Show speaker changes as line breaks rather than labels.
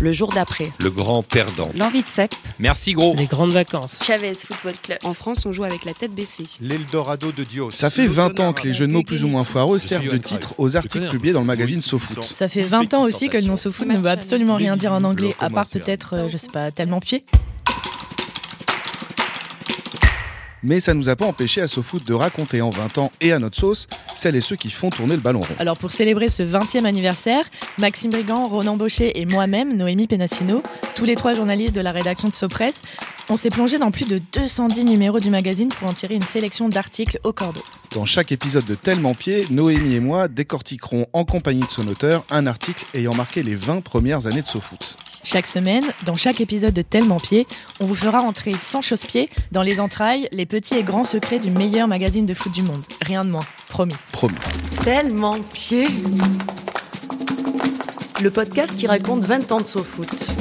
le jour d'après.
Le grand perdant.
L'envie de cèpe.
Merci gros.
Les grandes vacances.
Chavez Football Club.
En France, on joue avec la tête baissée.
L'Eldorado de Dios.
Ça fait 20 ans que les jeux de mots plus ou moins foireux
Je
servent
suis
de
Johan
titre
Cruyff.
aux
Je connais
articles
un
publiés dans le
peu.
magazine
Ils sont-
SoFoot.
Ça fait 20 ans aussi que le nom SoFoot ne veut absolument rien dire en anglais, à part peut-être, euh, je sais pas, tellement pied.
Mais ça nous a pas empêché à SoFoot de raconter en 20 ans et à notre sauce celles et ceux qui font tourner le ballon rond.
Alors pour célébrer ce 20e anniversaire, Maxime Brigand, Ronan Baucher et moi-même, Noémie Pénassino, tous les trois journalistes de la rédaction de Sopresse, on s'est plongé dans plus de 210 numéros du magazine pour en tirer une sélection d'articles au cordeau.
Dans chaque épisode de Tellement Pied, Noémie et moi décortiquerons en compagnie de son auteur un article ayant marqué les 20 premières années de SoFoot.
Chaque semaine, dans chaque épisode de Tellement Pied, on vous fera entrer sans chausse-pied dans les entrailles, les petits et grands secrets du meilleur magazine de foot du monde. Rien de moins, promis.
Promis.
Tellement pied Le podcast qui raconte 20 ans de SoFoot.